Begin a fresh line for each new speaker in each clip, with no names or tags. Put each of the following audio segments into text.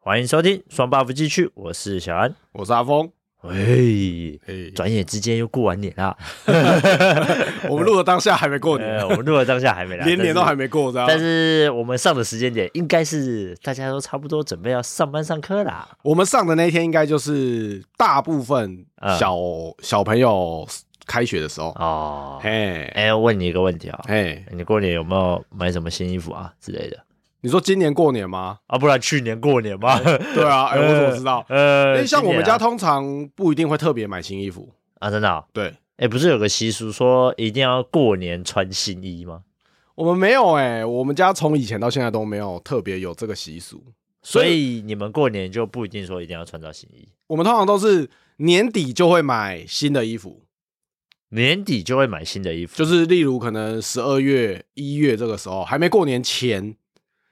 欢迎收听双 buff 继续，我是小安。
我是阿峰。
喂，
嘿，
转眼之间又过完年啦，
我们录的当下还没过
呃，
年，
我们录了当下还没来，
连年都还
没。
没过，这样。
但是我们上的时间点应该是大家都差不多准备要上班上课啦。
我们上的那天应该就是大部分
嗯
小小朋友开学的时候。
哦，
嘿，
哎，我问你一个问题啊，
嘿，
你过年有没有买什么新衣服啊之类的？
你说今年过年吗？
啊，不然去年过年嘛。
对啊，哎，我怎么知道？因
呃，
为像我们家
今年
通常不一定会特别买新衣服。
啊，啊真的哦，
对，
哎，不是有个习俗说一定要过年穿新衣吗？
我们没有哎，我们家从以前到现在都没有特别有这个习俗，
所以你们过年就不一定说一定要穿到新衣，
我们通常都是年底就会买新的衣服，
年底就会买新的衣服。
就是例如可能十二月、一月这个时候还没过年前，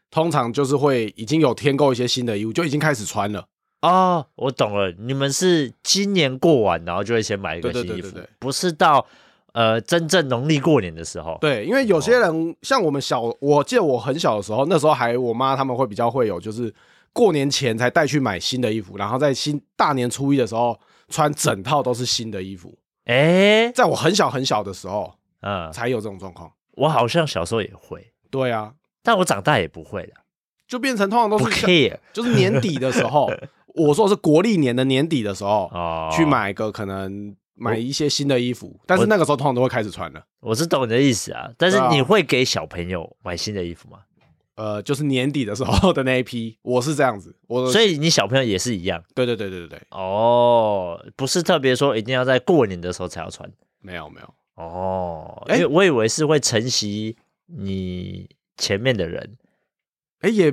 通常就是会已经有添购一些新的衣物，就已经开始穿了。
哦，我懂了，你们是今年过完，然后就会先买一个
对
新
对
衣服，
对对对
不是到呃真正农历过年的时候。
对，因为有些人、像我们小，我记得我很小的时候，那时候还我妈他们会比较会有，就是过年前才带去买新的衣服，然后在新大年初一的时候穿整套都是新的衣服。
哎，
在我很小很小的时候
嗯，
才有这种状况。
我好像小时候也会，
对啊，
但我长大也不会了，
就变成通常都
不
哦是 像
care
就是年底的时候，我说的是国历年的年底的时候，
哦。
去，买个可能买一些新的衣服，但是那个时候通常都会开始穿了。
我是懂你的意思啊，但是
对啊
你会给小朋友买新的衣服吗？
呃，就是年底的时候的那一批，我是这样子，我
所以你小朋友也是一样
对对对对对对，
哦，不是特别说一定要在过年的时候才要穿。
没有没有，
哦，因
哎
为我以为是会承袭你前面的人
哎、也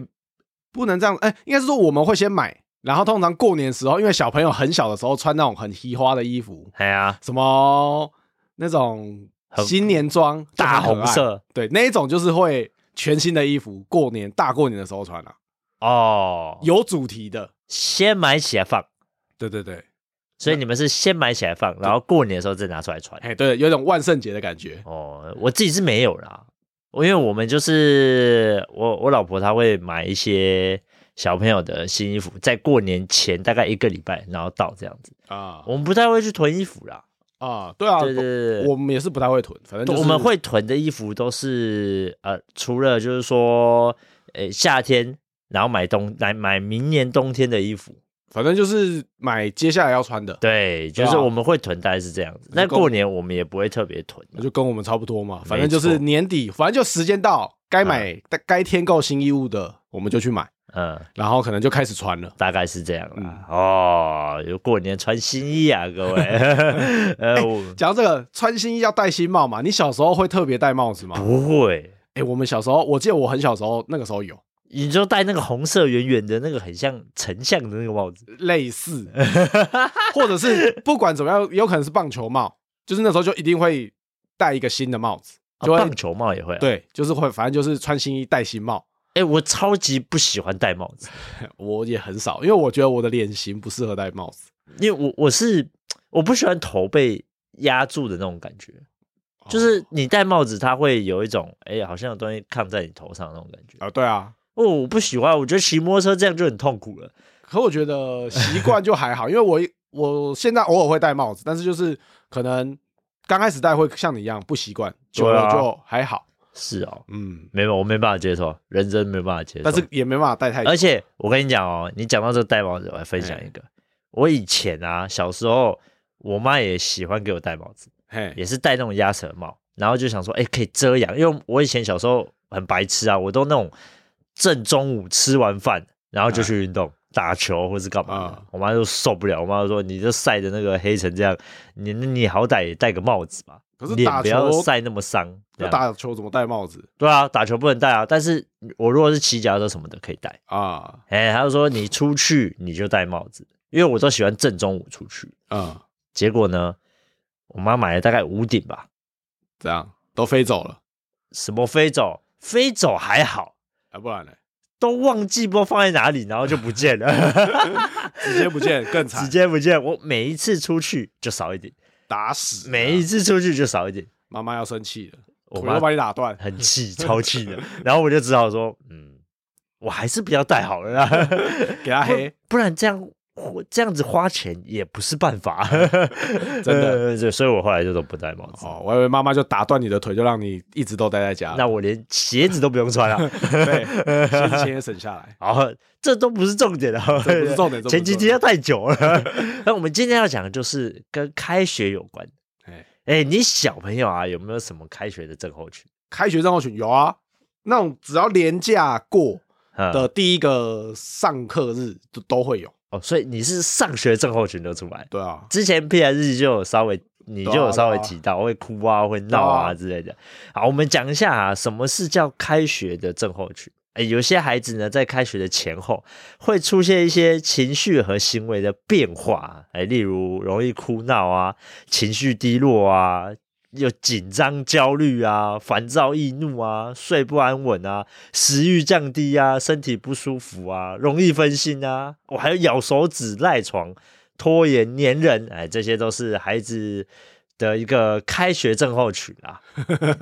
不能这样，哎、应该是说我们会先买，然后通常过年时候，因为小朋友很小的时候穿那种很嘻花的衣服，
哎呀，
什么那种
很
新年装
大
就很
红
可爱，
色
对，那一种就是会全新的衣服，过年大过年的时候穿了、啊
哦，
有主题的，
先买起来放，
对对对，
所以你们是先买起来放，然后过年的时候再拿出来穿。
哎、对，有一种万圣节的感觉，
哦，我自己是没有啦，我因为我们就是我我老婆她会买一些小朋友的新衣服，在过年前大概一个礼拜，然后到这样子，
啊
我们不太会去囤衣服啦。
啊，对啊，
对对对，
我们也是不太会囤，反正、就是、
我们会囤的衣服都是呃，除了就是说，呃，夏天，然后买冬来买明年冬天的衣服，
反正就是买接下来要穿的，
对，就
对啊
是我们会囤，大概是这样子。那
够
过年我们也不会特别囤啊、
那就跟我们差不多嘛。
错
反正就是年底，反正就时间到，该买、该添购新衣物的，我们就去买，
嗯，
然后可能就开始穿了。
大概是这样
嗯
啦。哦，有过年穿新衣啊，各 位，呃，我
讲到这个，穿新衣要戴新帽嘛？你小时候会特别戴帽 子吗？
不会，
哎、我们小时候，我记得我很小时候，那个时候有
你就戴那个红色圆圆的那个很像丞相的那个帽子，
类似，或者是不管怎么样，有可能是棒球帽，就是那时候就一定会戴一个新的帽子，
啊、
就会、
棒球帽也会、啊。，
对，就是会，反正就是穿新衣戴新帽。
哎、我超级不喜欢戴帽子。
我也很少，因为我觉得我的脸型不适合戴帽子，
因为我我是 我不喜欢头被压住的那种感觉，
哦
就是你戴帽子，它会有一种哎、好像有东西抗在你头上的那种感觉。
啊、对啊。
哦，我不喜欢，我觉得骑摩托车这样就很痛苦了。
可我觉得习惯就还好， 因为我我现在偶尔会戴帽子，但是就是可能刚开始戴会像你一样不习惯，久
对
了
啊
就还好，
是哦，
嗯，
没有，我没办法接受，人真没办法接受。
但是，也没办法戴太久
而且我跟你讲哦，你讲到这戴帽子，我来分享一个。
哎
我以前啊，小时候我妈也喜欢给我戴帽子，
嘿，
也是戴那种鸭舌帽，然后就想说，哎、可以遮阳，因为我以前小时候很白痴啊，我都那种正中午吃完饭，然后就去运动、打球或是干嘛的
啊
我妈就受不了，我妈就说，你这晒的那个黑成这样，你你好歹也戴个帽子吧，
可是
脸
打
不要
球
晒那么伤。这样
那打球怎么戴帽子
对啊，打球不能戴啊，但是我如果是骑脚踏车什么的可以戴。
啊？
哎、她就说你出去你就戴帽子，因为我都喜欢正中午出去。
嗯，
结果呢，我妈买了大概五顶吧，
这样都飞走了
什么飞走，飞走还好，
啊，不然呢？
都忘记不知道放在哪里，然后就不见了，
直接不见更惨
直，接不见。我每一次出去就少一点，
打死
每一次出去就少一点，
妈妈要生气了，
我
我
妈
要把你打断，
很气，超气的。然后我就只好说，嗯，我还是不要戴好了啦，
给 他黑
不，不然这样这样子花钱也不是办法，
真的
呃。对所以我后来就都不戴帽子，
哦，啊我以为妈妈就打断你的腿，就让你一直都待在家。
那我连鞋子都不用穿 了。
对，先钱也省下来。
好，这都不是重点了，
这不是重点这不是
前几
重
集
点
要太久 了。那我们今天要讲的就是跟开学有关。
哎，
哎、你小朋友啊，有没有什么开学的症候群？
开学症候群有啊，那种只要廉价过
嗯
的第一个上课日都都会有。
哦，所以你是上学症候群都出来。
对啊，
之前 P S 日记就有稍微，你就
对
有
啊
稍微
对啊
提到会哭啊、会闹啊
对啊
之类的。好，我们讲一下啊，什么是叫开学的症候群？诶有些孩子呢，在开学的前后会出现一些情绪和行为的变化，哎，例如容易哭闹啊、情绪低落啊、有紧张、焦虑啊、烦躁、易怒啊、睡不安稳啊、食欲降低啊、身体不舒服啊、容易分心啊，我、还有咬手指、赖床、拖延、粘人，哎，这些都是孩子的一个开学症候群啊。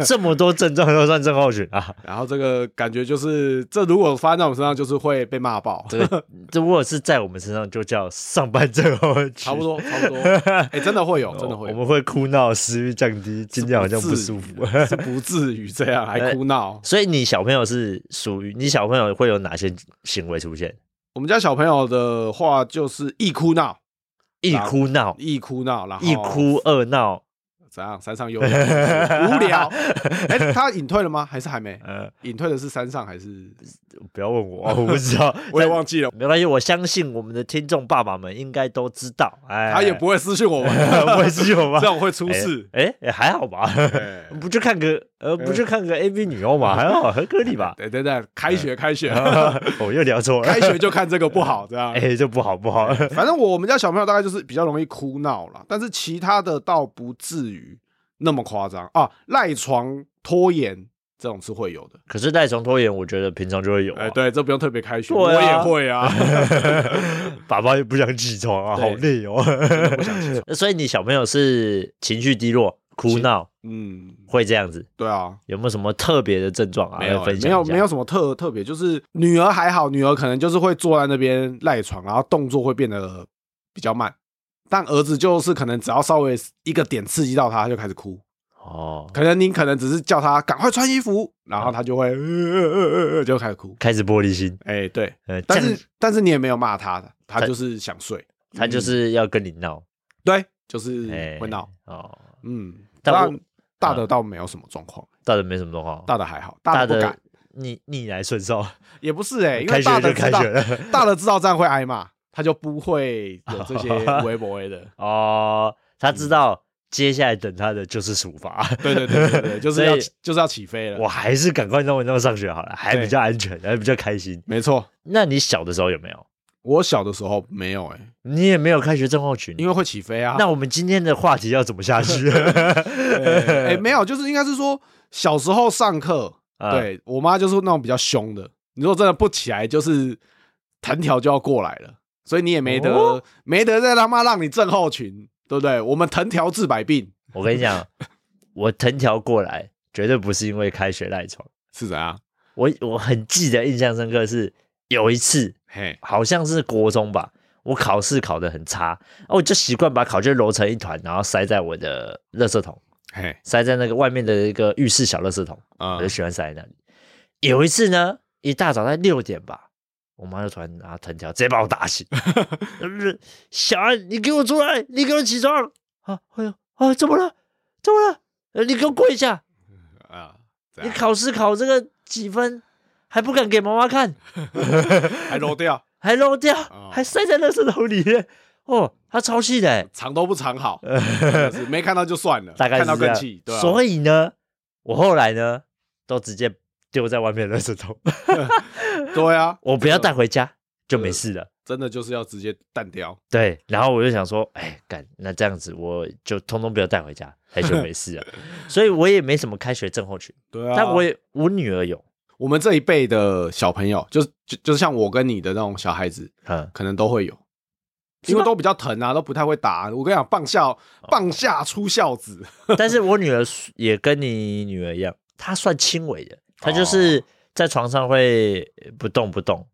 这么多症状都算症候群啊？
然后这个感觉就是，这如果发生在我们身上，就是会被骂爆。
这个如果是在我们身上，就叫上班症候群，
差不。多，差不多。 哎、真的会有，真的
哦
会
我
有。
们会哭闹、食欲降低，今天好像不舒服。
是不至于这样，还哭闹。
所以你小朋友是属于你小朋友会有哪些行为出现？
我们家小朋友的话就是一哭闹，
一哭闹，
一哭闹，然后
一哭二闹，
怎样？山上有无聊。哎、他隐退了吗？还是还没？
呃，
隐退的是山上还是？，
不要问我，我不知道
我也忘记了，
但。没关系，我相信我们的听众爸爸们应该都知道。哎，
他也不会私 信我们，
会是有吧？
这样会出事。
哎、哎哎还好吧，
哎？
不就看个呃，不就看个 A V 女优 嘛，还好，很合理吧
哎对对对，开
哎
学开学，
我又聊错了，
开学就看这个不好，这样
哎、。这不好不好，
反正我我们家小朋友大概就是比较容易哭闹啦，但是其他的倒不至于那么夸张啊。赖床、拖延这种是会有的。
可是带床拖延，我觉得平常就会有、啊。
哎，对，这不用特别开学，
对啊
我也会啊。
爸爸也不想起床啊，
对
好累 哦。
不想起床。
所以你小朋友是情绪低落、哭闹，
嗯，
会这样子，
对啊，
有没有什么特别的症状啊？
没有
来分
没
享
有
一下
没有什么特特别，就是女儿还好，女儿可能就是会坐在那边赖床，然后动作会变得比较慢。但儿子就是可能只要稍微一个点刺激到他，他就开始哭。
哦，
可能您可能只是叫他赶快穿衣服，然后他就会呃呃呃呃呃就开始哭。
开始玻璃心，
哎、对，
呃，
但
这样
是但是你也没有骂他的，他
他
就是想睡，
他就是要跟你闹，
对，就是
哎、
会闹。
哦，
嗯，
但我
但大的倒没有什么状况，
大的没什么状况，
大的还好，
大
大的不敢，
逆逆来顺受，
也不是哎、因
开
为
学
大
就
的
开
知道
学了
大的知道这样会挨骂，他就不会有这 些微博的。
哦，他
嗯
知道接下来等他的就是处罚，
对对对 对对，就是要
所以
就是要起飞了
我。还是赶快弄一弄上学好了，还
对
比较安全，还比较开心。
没错，
那你小的时候有没有？
我小的时候没有哎、
你也没有开学症候群，
因为会起飞
嗯
啊。
那我们今天的话题要怎么下去？
哎、没有，就是应该是说小时候上课，
啊
对我妈就是那种比较凶的。你如果真的不起来，就是藤条就要过来了，所以你也没得、
哦
没得再他妈让你症候群，对不对？我们藤条治百病
我跟你讲，我藤条过来绝对不是因为开学赖床，
是怎样？
我我很记得印象深刻是有一次
嘿，
好像是国中吧，我考试考得很差，哦，我就习惯把考卷揉成一团，然后塞在我的垃圾桶，
嘿，
塞在那个外面的一个浴室小垃圾桶，
啊、
我就喜欢塞在那里。有一次呢，一大早在六点吧，我妈就突然拿藤条直接把我打醒，就是小安，你给我出来，你给我起床啊！哎呦啊，怎么了？怎么了？呃你给我跪下！
啊，怎
你
样？
考试考这个几分，还不敢给妈妈看，
还揉掉，
还漏掉，
哦
还塞在垃圾桶里面。哦，他超气的欸、
藏都不 藏好，真的是没看到就算了，
大概是
看到
这
更
样
气，对、啊、
所以呢，我后来呢，都直接丢在外面的垃圾桶，
对啊，
我不要带回家就没事了。
真的就是要直接淡掉。
对，然后我就想说，哎，干，那这样子我就通通不要带回 家，哎，就没事了。所以我也没什么开学症候群，
对啊，
但我也我女儿有，
我们这一辈的小朋友，就是就就是像我跟你的那种小孩子，
嗯，
可能都会有，
是吗哦
因为都比较疼啊，都不太会打。我跟你讲，棒下棒下出孝子，
但是我女儿也跟你女儿一样，她算轻微的，她就是在床上会不动不动，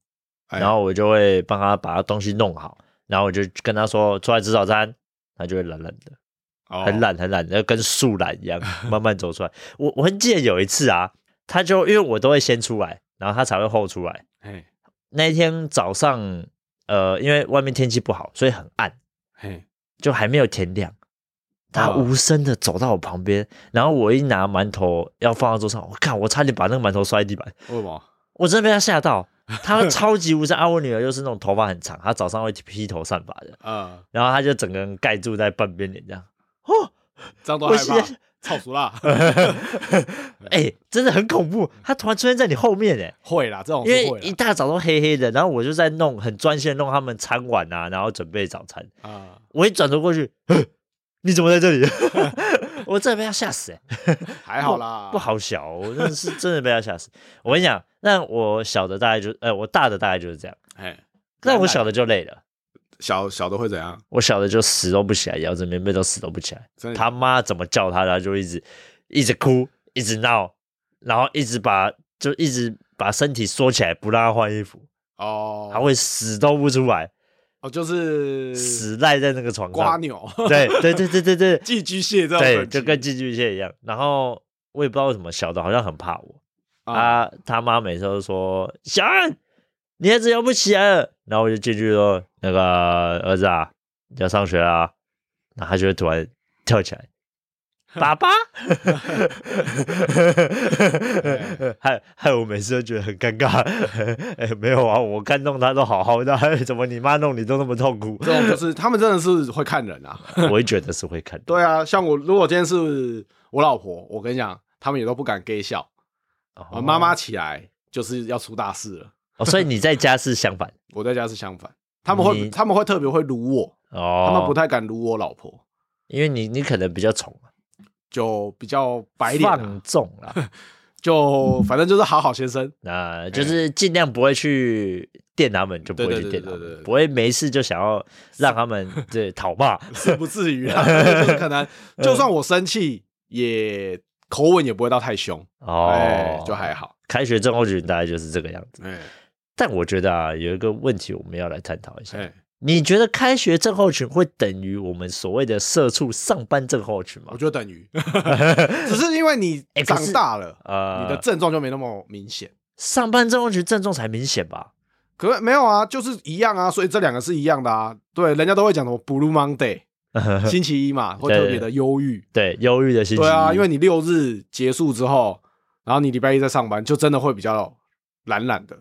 哎
然后我就会帮他把他东西弄好，然后我就跟他说出来吃早餐，他就会懒懒的，
哦
很懒很懒，然后跟树懒一样慢慢走出来。我我很记得有一次啊，他就因为我都会先出来，然后他才会后出来。
嘿，
那一天早上，呃，因为外面天气不好，所以很暗，
嘿，
就还没有天亮。他无声的走到我旁边，然后我一拿馒头要放到桌上，我看我差点把那个馒头摔地板，
为什么？
我真的被他吓到。他超级无声啊！我女儿又是那种头发很长，她早上会披头散发的，
呃，
然后她就整个人盖住在半边脸这样。哦，
这样都
我
害
现
怕
在，
操熟 啦，
哎、真的很恐怖，她突然出现在你后面哎、
会啦，这种
因
是
为
会
一
啦
大早都黑黑的，然后我就在弄很专心地弄他们餐碗啊，然后准备早餐。
啊，
我一转头过去，呵你怎么在这里？ 我真的被他吓死、欸，
还好啦，
不，好笑哦，我真的是真的被他 吓死。我跟你讲，那我小的大概就，呃，我大的大概就是这样，
哎，
但我小的就累了，
小小的会怎样？
我小的就死都不起来，摇着棉被都死都不起来。
真的
他妈怎么叫他，他就一直一直哭，一直闹，然后一直把就一直把身体缩起来，不让他换衣服，
哦，
他会死都不出来，
哦，就是
死赖在那个床
瓜
上。
牛、
对对对对对对，
寄居蟹这种
对，
等级，
就跟寄居蟹一样。然后我也不知道为什么，小的好像很怕我。
啊，
啊，他妈每次都说：“小安，你儿子摇不起来了。”然后我就进去说：“那个儿子啊，你要上学啦、啊。”然后他就会突然跳起 来。爸爸， 害害我每次都觉得很尴尬。 哎，没有啊，我看弄他都好好的， 哎怎么你妈弄你都那么痛 苦？
这种就是他们真的是会看人啊。
我会觉得是会看的。
对啊，像我如果今天是我老婆，我跟你讲，他们也都不敢 gay 笑。啊，
哦
妈妈起来就是要出大事了。
哦，所以你在家是相反
我在家是相反，他们会
你
他们会特别会撸我，
哦，
他们不太敢撸我老婆，
因为你你可能比较宠，啊
就比较白脸啊，
放纵啦，
就反正就是好好先生。
那就是尽量不会去电他们，就不会去电他
哎对对对对对
们，
对
不会没事就想要让他 们对讨骂。
是不至于啦，就是可能 就算我生气，也口吻也不会到太凶，哎
哦，，
就还好，
开学症候群大概就是这个样子。
哎
但我觉得啊，有一个问题我们要来探讨一下。
哎，
你觉得开学症候群会等于我们所谓的社畜上班症候群吗
我？觉得 等于，只是因为你
哎可
长
是
大了，
呃，
你的症状就没那么明显。
上班症候群症状才明显吧？
可是没有啊，就是一样啊，所以这两个是一样的啊。对，人家都会讲什么 Blue Monday，星期一嘛，会特别的忧郁。
对，忧郁的心情。
对啊，因为你六日结束之后，然后你礼拜一再上班，就真的会比较懒懒的。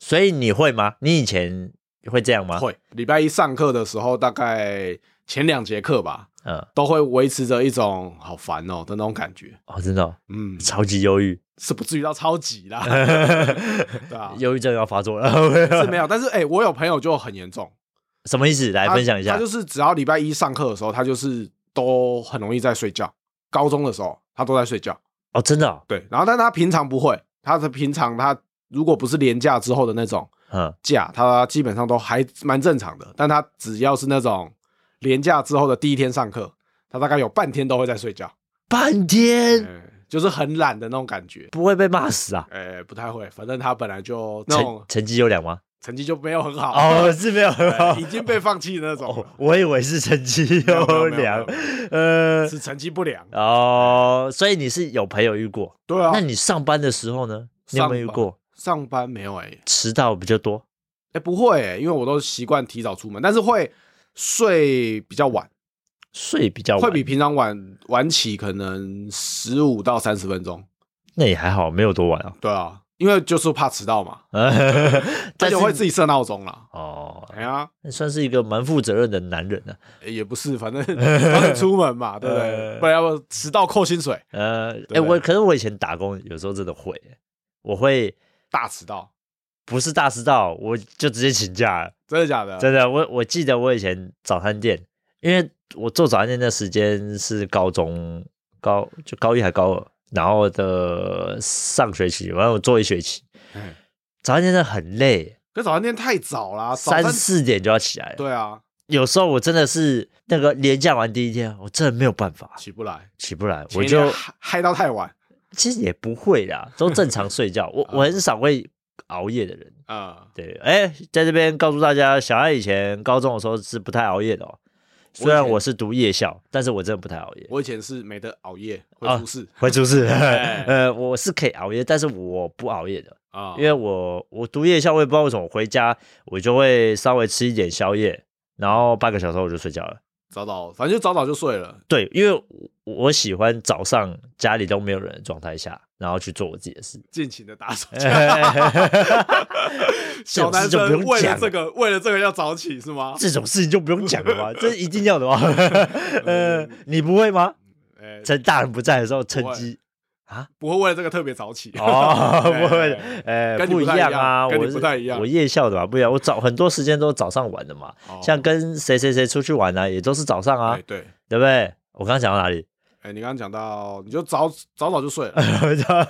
所以你会吗？你以前会这样吗？，
会礼拜一上课的时候，大概前两节课吧，
嗯，
都会维持着一种好烦哦的那种感觉。
哦，真的哦、
嗯，
超级忧郁。
是不至于到超级啦， 对啊，
忧郁症要发作了，
是没有。但是哎、我有朋友就很严重，
什么意思？来
他
分享一下
他就。是只要礼拜一上课的时候，他就是都很容易在睡觉。高中的时候，他都在睡觉。
哦，真的、哦，
对，然后但他平常不会，他的平常他如果不是年假之后的那种
嗯，
假，他基本上都还蛮正常的。但他只要是那种年假之后的第一天上课，他大概有半天都会在睡觉，
半天
嗯，就是很懒的那种感觉。
不会被骂死啊？
呃，不太会，反正他本来就那
成
种
成绩优良吗？
成绩就没有很好，
哦，是没有 很好
呃已经被放弃的那 种
哦
了，，
我以为是成 绩
没有没
优
有没有没
良
有没，
呃，
是成绩 不良。
哦，所以你是有朋友遇过？
对啊，
那你上班的时候呢？你有没有遇
上班
过
上班没有哎、欸？
迟到比较多？
哎、不会、欸，因为我都习惯提早出门，但是会睡比较晚，
睡比较晚，
会比平常晚晚起可能十五到三十分钟。
那也还好，没有多晚啊。
对啊，因为就是怕迟到嘛，而
但
且
是
会自己设闹钟 啦。
哦，
哎呀、
那算是一个蛮负责任的男人啊呢、
欸也不是，反正反正出门嘛，对不对？
呃
不然要不迟到扣薪水，
呃，哎、
对
我可是我以前打工有时候真的会、我会
大迟到，
不是大迟到，我就直接请假了。
真的假的？
真的，我我记得我以前早餐店，因为我做早餐店的时间是高中高就高一还高二，然后的上学期，完了我做一学期，
哎
早餐店真的很累，
可早餐店太早啦，啊早
三
餐
四点就要起来了。
对啊，
有时候我真的是那个连假完第一天，我真的没有办法
起不来，
起不来，
前
我
一天
就
嗨嗨到太晚，
其实也不会啦，都正常睡觉。 我我很少会熬夜的人。
啊、
对，哎，在这边告诉大家，小爱以前高中的时候是不太熬夜的哦。虽然我是读夜校，但是我真的不太熬夜，
我以前是没得熬夜会
啊
出事
会出事。
哎
呃，我是可以熬夜，但是我不熬夜的，
啊，
因为我我读夜校，我也不知道为什么，我回家我就会稍微吃一点宵夜，然后半个小时后我就睡觉了。
早早反正就早早就睡了。
对，因为我我喜欢早上家里都没有人的状态下，然后去做我自己的事。
尽情的打手
哎
枪，小男
这种事就不
生
用
为了
讲
这个，为了这个要早起是吗？
这种事情就不用讲了 吧，这是一定要的吧？呃，你不会吗？
哎，
趁大人不在的时候
不
趁
会
机
不会为了这个特别早起 哎
哦，不会的，呃，
跟你不
一
太一
样啊，
样跟
我
你
是
不太一样
我夜校的嘛，不一样，我早很多时间都是早上玩的嘛，
哦
像跟谁谁谁出去玩啊，也都是早上啊
哎，对，
对不对？我刚刚讲到哪里？
哎，你刚刚讲到，你就早早早就睡了，早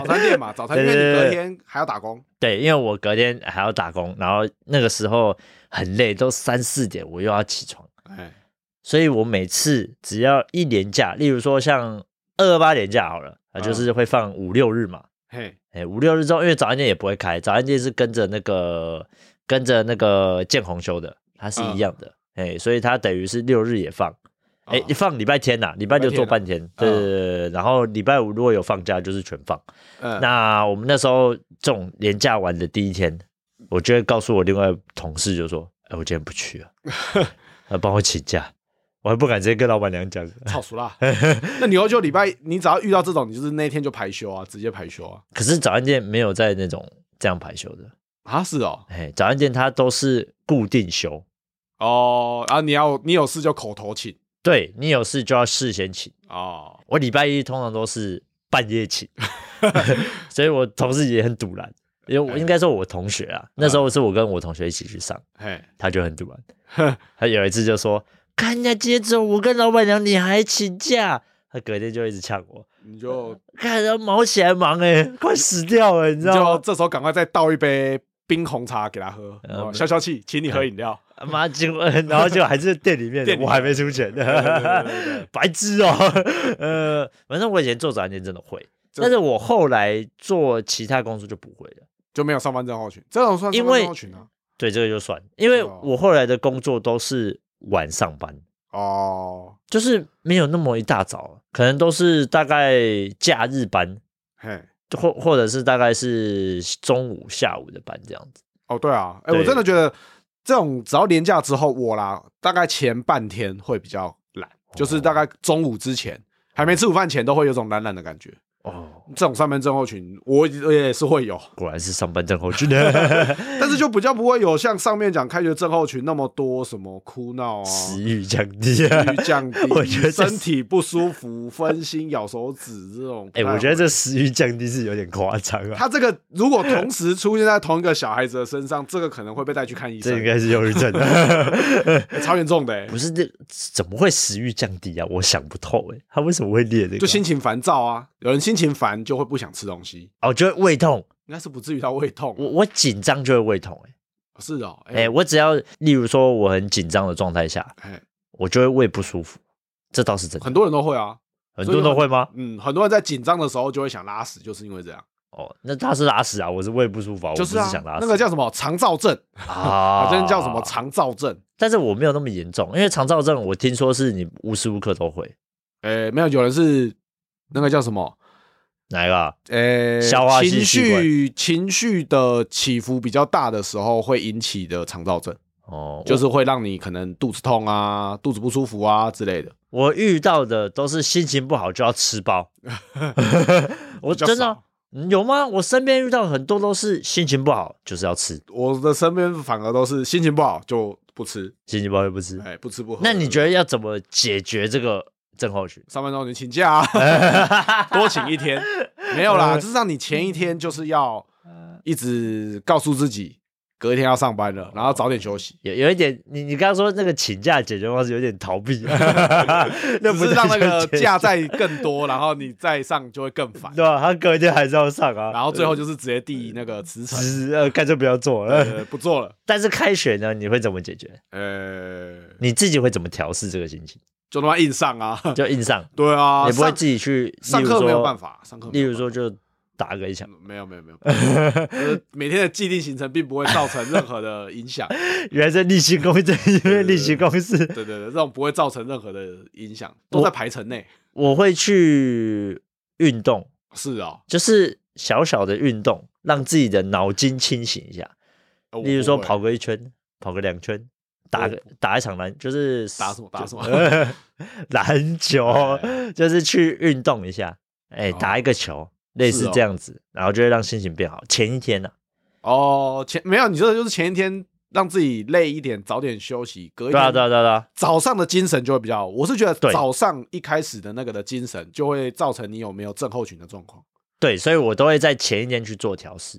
早
餐店嘛，早餐店
对
因为
对
你隔
对
天还要打工，
对，因为我隔天还要打工，然后那个时候很累，都三四点我又要起床，
哎，
所以我每次只要一连假，例如说像二二八连假好了，啊，就是会放五六日嘛，
嘿，
哎，五六日之后，因为早餐店也不会开，早餐店是跟着那个跟着那个建宏修的，它是一样的，哎、所以它等于是六日也放，哎、
啊
放礼拜天呐、礼拜六做半天，啊嗯对对对对对然后礼拜五如果有放假就是全放。
嗯，
那我们那时候这种连假完的第一天，我就会告诉我另外同事就说，哎、我今天不去 了，呃，帮我请假，我还不敢直接跟老板娘讲，
操熟 啦。那你要就礼拜，你只要遇到这种，你就是那天就排休啊，直接排休啊。
可是早餐店没有在那种这样排休的，
啊，是哦，
哎、早餐店它都是固定休。
哦，啊，你要你有事就口头请
对你有事就要事先请。
哦，
我礼拜一通常都是半夜请， 所以我同事也很堵然，因为我应该说我同学啊，那时候是我跟我同学一起去上，
嘿，
他就很 堵然。他有一次就说：“看人家今天只有我跟老板娘，你还请假？”他隔天就一直呛我
你就：“
看人家忙起来忙哎、快死掉了，呃你知
你就
道吗
这时候赶快再倒一杯冰红茶给他喝，
嗯
哦消消气，请你喝饮料。？”
妈，结果然后就还是店里面的
店，里
我还没出钱
对对对，
白痴哦。呃，反正我以前做早餐店真的会。
这
但是我后来做其他工作就不会了。
就没有上班症候群，这种算上
因
班
为
症候群啊。
对，这个就算，因为
哦
我后来的工作都是晚上班，
哦，
就是没有那么一大早，可能都是大概假日班，
嘿，
或或者是大概是中午、下午的班这样子。
哦，对啊，哎、
对
我真的觉得这种只要年假之后，我啦，大概前半天会比较懒，就是大概中午之前还没吃午饭前，都会有种懒懒的感觉。
哦，
这种上班症候群，我我也是会有，
果然是上班症候群 的
但是就比较不会有像上面讲开学症候群那么多什么哭闹啊。
食欲降低啊。
欲降
我觉
低，
得这
身
是
体不舒服，分心、咬手指这种。
哎、我觉得这食欲降低是有点夸张啊，
他这个如果同时出现在同一个小孩子的身上，这个可能会被带去看医
这
生
应，该是忧郁症。啊
欸超严重的、欸
不，是这怎么会食欲降低啊？我想不透哎、他为什么会列这个啊？
就心情烦躁啊。有人心情烦就会不想吃东西，
哦，就会胃痛，
应该是不至于到胃痛
我我紧张就会胃痛、欸，
啊。是哦，
哎、
哎
我只要例如说我很紧张的状态下，
哎，
我就会胃不舒服，这倒是真的。
很多人都会啊。
很多人都会吗？
嗯，很多人在紧张的时候就会想拉屎，就是因为这样，
哦，那他是拉屎啊，我是胃不舒服啊，
就是
我
啊
不是想拉，屎。
那个叫什么肠燥症，
啊
好像叫什么肠燥症。
但是我没有那么严重，因为肠燥症我听说是你无时无刻都会，
哎，没有，有人是那个叫什么？
哪一个啊？
呃，
消化系
情
器官
绪情绪的起伏比较大的时候会引起的肠燥症。
哦，
就是会让你可能肚子痛啊、肚子不舒服啊之类的。
我我遇到的都是心情不好就要吃 包，我
比较
真的啊
少
嗯有吗？我身边遇到很多都是心情不好就是要吃，
我的身边反而都是心情不好就不吃，
心情不好就不吃。
哎，不吃不喝。
嗯那你觉得要怎么解决这个症候群？
上班中你请假、啊， 多请一天？没有
呃
啦，就是让你前一天就是要
嗯
一直告诉自己，隔一天要上班了，然后早点休息。
有有一点，你你刚刚说那个请假解决方式有点逃 避，那
只
不
是让那个
解决
假再更多，然后你再上就会更烦，
对吧、啊他隔天还是要上啊，
然后最后就是直接递那个辞呈，
只是呃干脆不要做了。
呃，不做了。
但是开学呢，你会怎么解决？
呃，
你自己会怎么调试这个心情？
就他妈硬上啊！
就硬上，
对啊，
也不会
上
自己去。
上
例如
课没有
说
办法，上课没
例
有
如
办
说就打个一枪，
法没有没有没有，呃 每天的既定行程并不会造成任何的影响，
原来在例行公事，因为
对对
例行公事，
对对对，这种不会造成任何的影响，都在排程内。
我会去运动，
是啊、
就是小小的运动，让自己的脑筋清醒一下。
哦，
例如说跑
我
个一圈，跑个两圈，打个打一场篮，就是
打什么打什么 哎
篮球，就是去运动一下，哎，
哦
打一个球，类
是
似
哦
这样子，然后就会让心情变好。前一天啊呢，
不会哦前没有，你这个就是前一天让自己累一点，早点休息，哦隔一
对啊，
天
对啊，对啊对啊，
早上的精神就会比较好。我是觉
对
得早上一开始的那个的精神，就会造成你有没有症候群的状况。
对，所以我都会在前一天去做调试，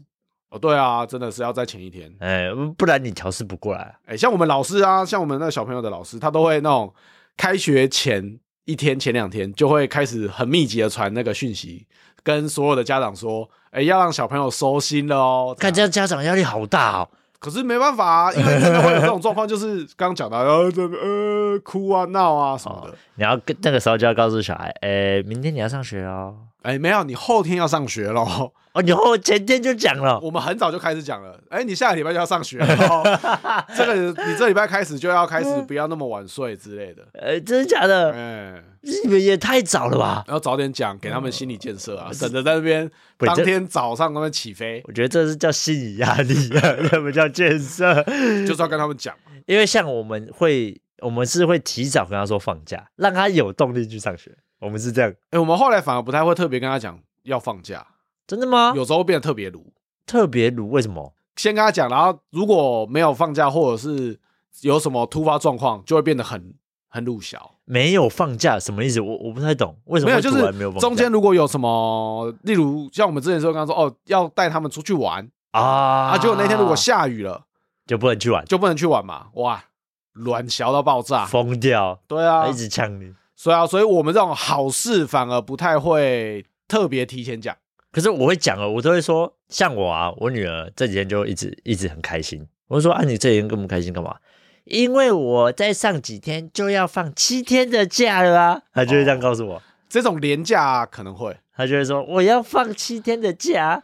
哦，对啊，真的是要在前一天。
哎，不然你调试不过来啊。
哎、像我们老师啊，像我们那个小朋友的老师，他都会那种开学前一天、前两天就会开始很密集的传那个讯息，跟所有的家长说，哎、要让小朋友收心了哦。
看这
样
样家长压力好大哦，
可是没办法啊，因为真的会有这种状况，就是刚刚讲到，呃，这个呃，哭啊、闹啊什么的。
你要跟那个时候就要告诉小孩，哎，明天你要上学哦。
哎、没有，你后天要上学喽。
哦，你后前天就讲了，
我们很早就开始讲了，哎、你下个礼拜就要上学了 哦，这个你这礼拜开始就要开始不要那么晚睡之类的，
呃，真的假的？
哎、
你们也太早了吧？
然后早点讲，给他们心理建设啊，省得在那边
不
当
这
天早上他们起飞，
我觉得这是叫心理压力啊， 那不叫建设。
就是要跟他们讲，
因为像我们会，我们是会提早跟他说放假，让他有动力去上学。我们是这样，
哎、我们后来反而不太会特别跟他讲要放假，
真的吗？
有时候变得特别鲁，
特别鲁，为什么？
先跟他讲，然后如果没有放假或者是有什么突发状况，就会变得很很鲁小。
没有放假什么意思？我我不太懂，为什
没
么
有，
会
就
突
是
然没有放假
中间如果有什么，例如像我们之前说，刚刚说哦，要带他们出去玩，
啊
啊，结果那天如果下雨了，
就不能去玩，
就不能去玩嘛，哇，卵小到爆炸，
疯哎掉，
对啊
他一，直呛你。
所以啊，所以我们这种好事反而不太会特别提前讲，
可是我会讲哦，我都会说，像我啊，我女儿这几天就一直一直很开心。我就说啊，你这几天这么开心干嘛？因为我再上几天就要放七天的假了啊，她就会这样告诉我，
这种廉价、可能会，
她就会说我要放七天的假，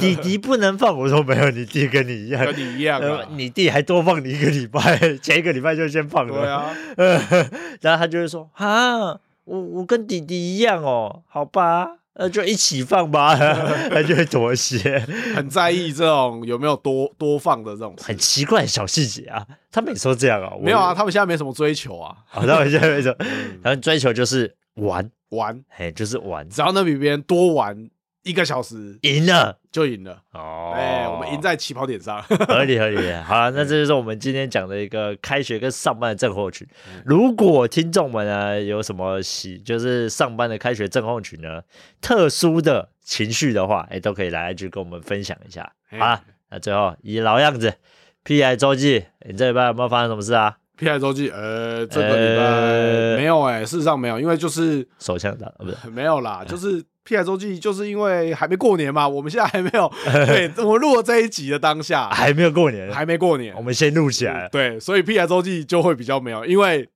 弟弟不能放。 我说没有，你弟跟你一样，
跟你一样
呃
啊，
你弟还多放你一个礼拜，前一个礼拜就先放了。
对啊，
然后他就会说：“哈，我我跟弟弟一样哦，好吧，那就一起放吧。” 他就会妥协，
很在意这种有没有多 多放的这种事
很，奇怪的小细节啊。他每次都这样啊，我
没有啊，，他们现在没什么追求啊，
好，他们现在没什么，
嗯
他们追求就是玩，
玩，
嘿，就是玩，
只要能比别人多玩一个小时
赢了
就赢了，
哦，
哎、我们赢在起跑点上，
合理合理。好了，那这就是我们今天讲的一个开学跟上班的症候群。
嗯
如果听众们呢有什么喜，就是上班的开学症候群呢，特殊的情绪的话，哎、都可以来 IG 跟我们分享一下。好
哎
啦，那最后以老样子，P I 周记，你这礼拜有没有发生什么事啊？
P I 周记，呃，这个礼
呃
拜没有哎、事实上没有，因为就是
手枪打，呃 不是
没有啦，就是 P I 周记，就是因为还没过年嘛，我们现在还没有，
哎
对，我们录了这一集的当下
还没有过年，
还没过年
哎我，们先录起来了。
对，所以 P I 周记就会比较没有，因为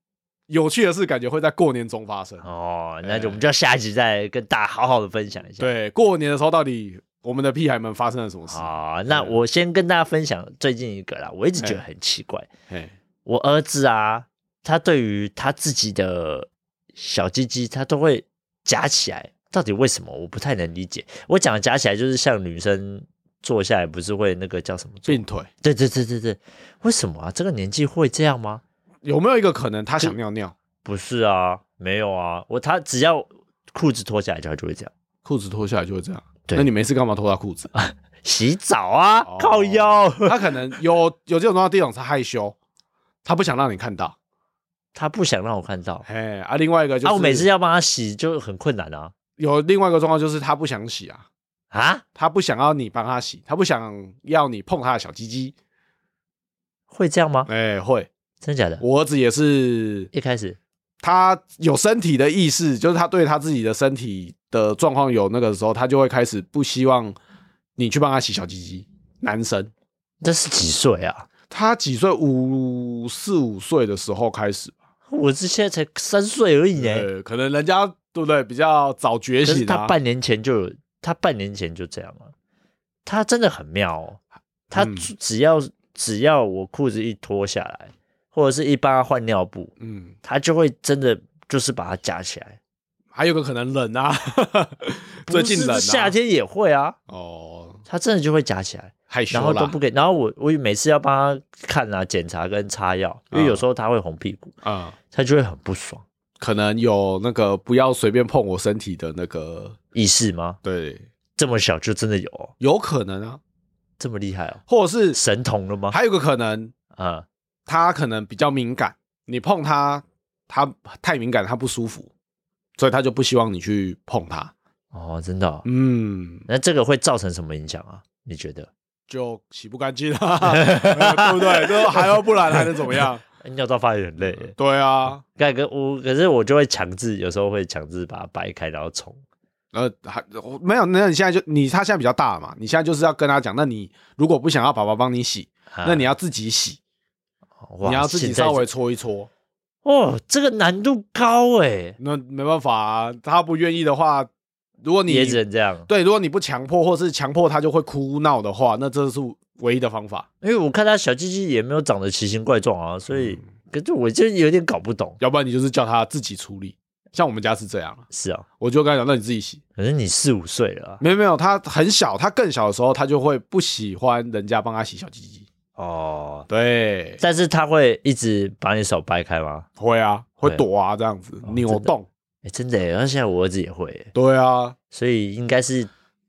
有趣的事感觉会在过年中发生。
哦，那就我们就要下一集再跟大家好好的分享一下。
哎对，过年的时候到底我们的屁孩们发生了什么事？
好，哦那我先跟大家分享最近一个啦，我一直觉得很奇怪，
嘿，
我儿子啊，他对于他自己的小鸡鸡，他都会夹起来，到底为什么？我不太能理解。我讲的夹起来，就是像女生坐下来，不是会那个叫什么？
并腿
对对对对对，为什么啊？这个年纪会这样吗？
有没有一个可能他想尿尿，
不是啊，没有啊，我他只要裤子脱下来，他就会这样。
裤子脱下来就会这样？
对
那你没事干嘛脱他裤子？
洗澡啊，
哦
靠 腰，
他可能有有这种状况，第一种是害羞，他不想让你看到。
他不想让我看到。
哎，啊，另外一个就是，
啊，我每次要帮他洗就很困难啊
有另外一个状况就是他不想洗啊，
啊，
他不想要你帮他洗，他不想要你碰他的小鸡鸡。
会这样吗？
哎，会，
真的假的？
我儿子也是，
一开始
他有身体的意识，就是他对他自己的身体的状况有那个时候，他就会开始不希望你去帮他洗小鸡鸡。男生，
这是几岁啊？
他几岁？五四五岁的时候开始吧，
我是现在才三岁而已呢、
呃，可能人家对不对比较早觉
可
醒
是
啊
他，半年前就有，他半年前就这样了、他真的很妙哦，他
嗯
只要、只要我裤子一脱下来，或者是一帮他换尿布，
嗯，
他就会真的就是把它夹起来。
还有个可能 冷啊， 最近冷、
不
啊，
是夏天也会啊，
哦，
他真的就会夹起来，
害羞
然后
啦
都不给。然后我我每次要帮他看啊、检查跟擦药，因为
嗯
有时候他会红屁股，
嗯，
他就会很不爽。
可能有那个不要随便碰我身体的那个，
意识吗？
对，
这么小就真的有哦、
有可能啊，
这么厉害哦？
或者是
神童了吗？
还有个可能，
啊、
他可能比较敏感，你碰他，他太敏感，他不舒服，所以他就不希望你去碰他。
哦，真的哦、
嗯，
那这个会造成什么影响啊？你觉得？
就洗不干净啊， 呃对不对？就还要不然还能怎 么样？
尿道发炎很累耶，
对啊，
盖哥我嗯可是我就会强制，有时候会强制把它掰开，然后冲。
呃，还我没有，那你现在就你他现在比较大嘛，你现在就是要跟他讲，那你如果不想要爸爸帮你洗，
啊
那你要自己洗，
哇
你要自己
现在
稍微搓一搓。
哦，这个难度高哎，
那没办法、啊，他不愿意的话，如果你
也只能这样。
对，如果你不强迫，或是强迫他就会哭闹的话，那这是唯一的方法，
因为我看他小鸡鸡也没有长得奇形怪状啊，所以
嗯
可是我就有点搞不懂。
要不然你就是叫他自己处理。像我们家是这样啊，
是啊，
我就跟他讲，那你自己洗。
可是你四五岁了啊、
没有没有，他很小，他更小的时候，他就会不喜欢人家帮他洗小鸡鸡。
哦，
对，
但是他会一直把你手掰开吗？
会啊，
会
会躲啊，这样子、
哦
扭动。
哎，真的耶，然后现在我儿子也会耶，
对啊，
所以应该是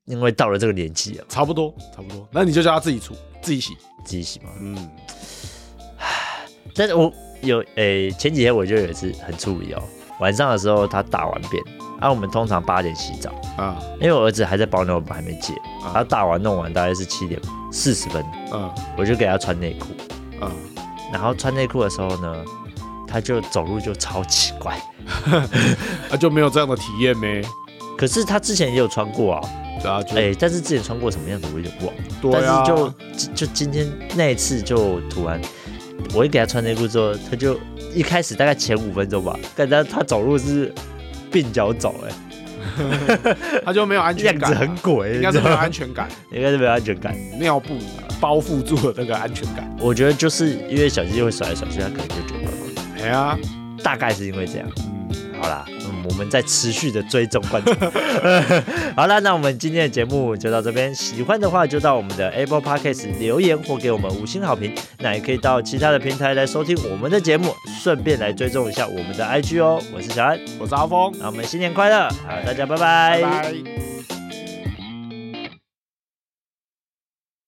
因为到了这个年纪了，
差不多，差不多。那你就叫他自己处，自己洗。
自己洗嘛。
嗯，
但是我有诶、前几天我就有一次很处理哦，晚上的时候他大完便，啊，我们通常八点洗澡，
啊，
因为我儿子还在保暖，我们还没戒，
啊
他大完弄完大概是七点四十分，
嗯，
我就给他穿内裤，
嗯，
然后穿内裤的时候呢，他就走路就超奇怪，
啊，就没有这样的体验呗。
可是他之前也有穿过啊，
对啊，就
哎、但是之前穿过什么样子我有点忘了，
对啊，
但是就就就今天那一次就突然，我一给他穿内裤之后，他就一开始大概前五分钟吧，感觉他走路是鬓角走、哎。
他就没有安全
样
感
子
啊、
很鬼，
应该
你知
是没
道
有
吗
安全 感，
应该是没有安全感。
尿布包覆住了那个安全感。
我觉得就是因为小鸡会甩来甩去，它可能就觉得，
哎呀，
大概是因为这样。
嗯，
好啦，嗯，我们再持续的追踪观察。 好啦，那我们今天的节目就到这边，喜欢的话就到我们的 Apple Podcast 留言或给我们五星好评，那也可以到其他的平台来收听我们的节目，顺便来追踪一下我们的 IG 哦。我是小安，
我是阿峰，
那我们新年快乐，好，大家拜拜
拜拜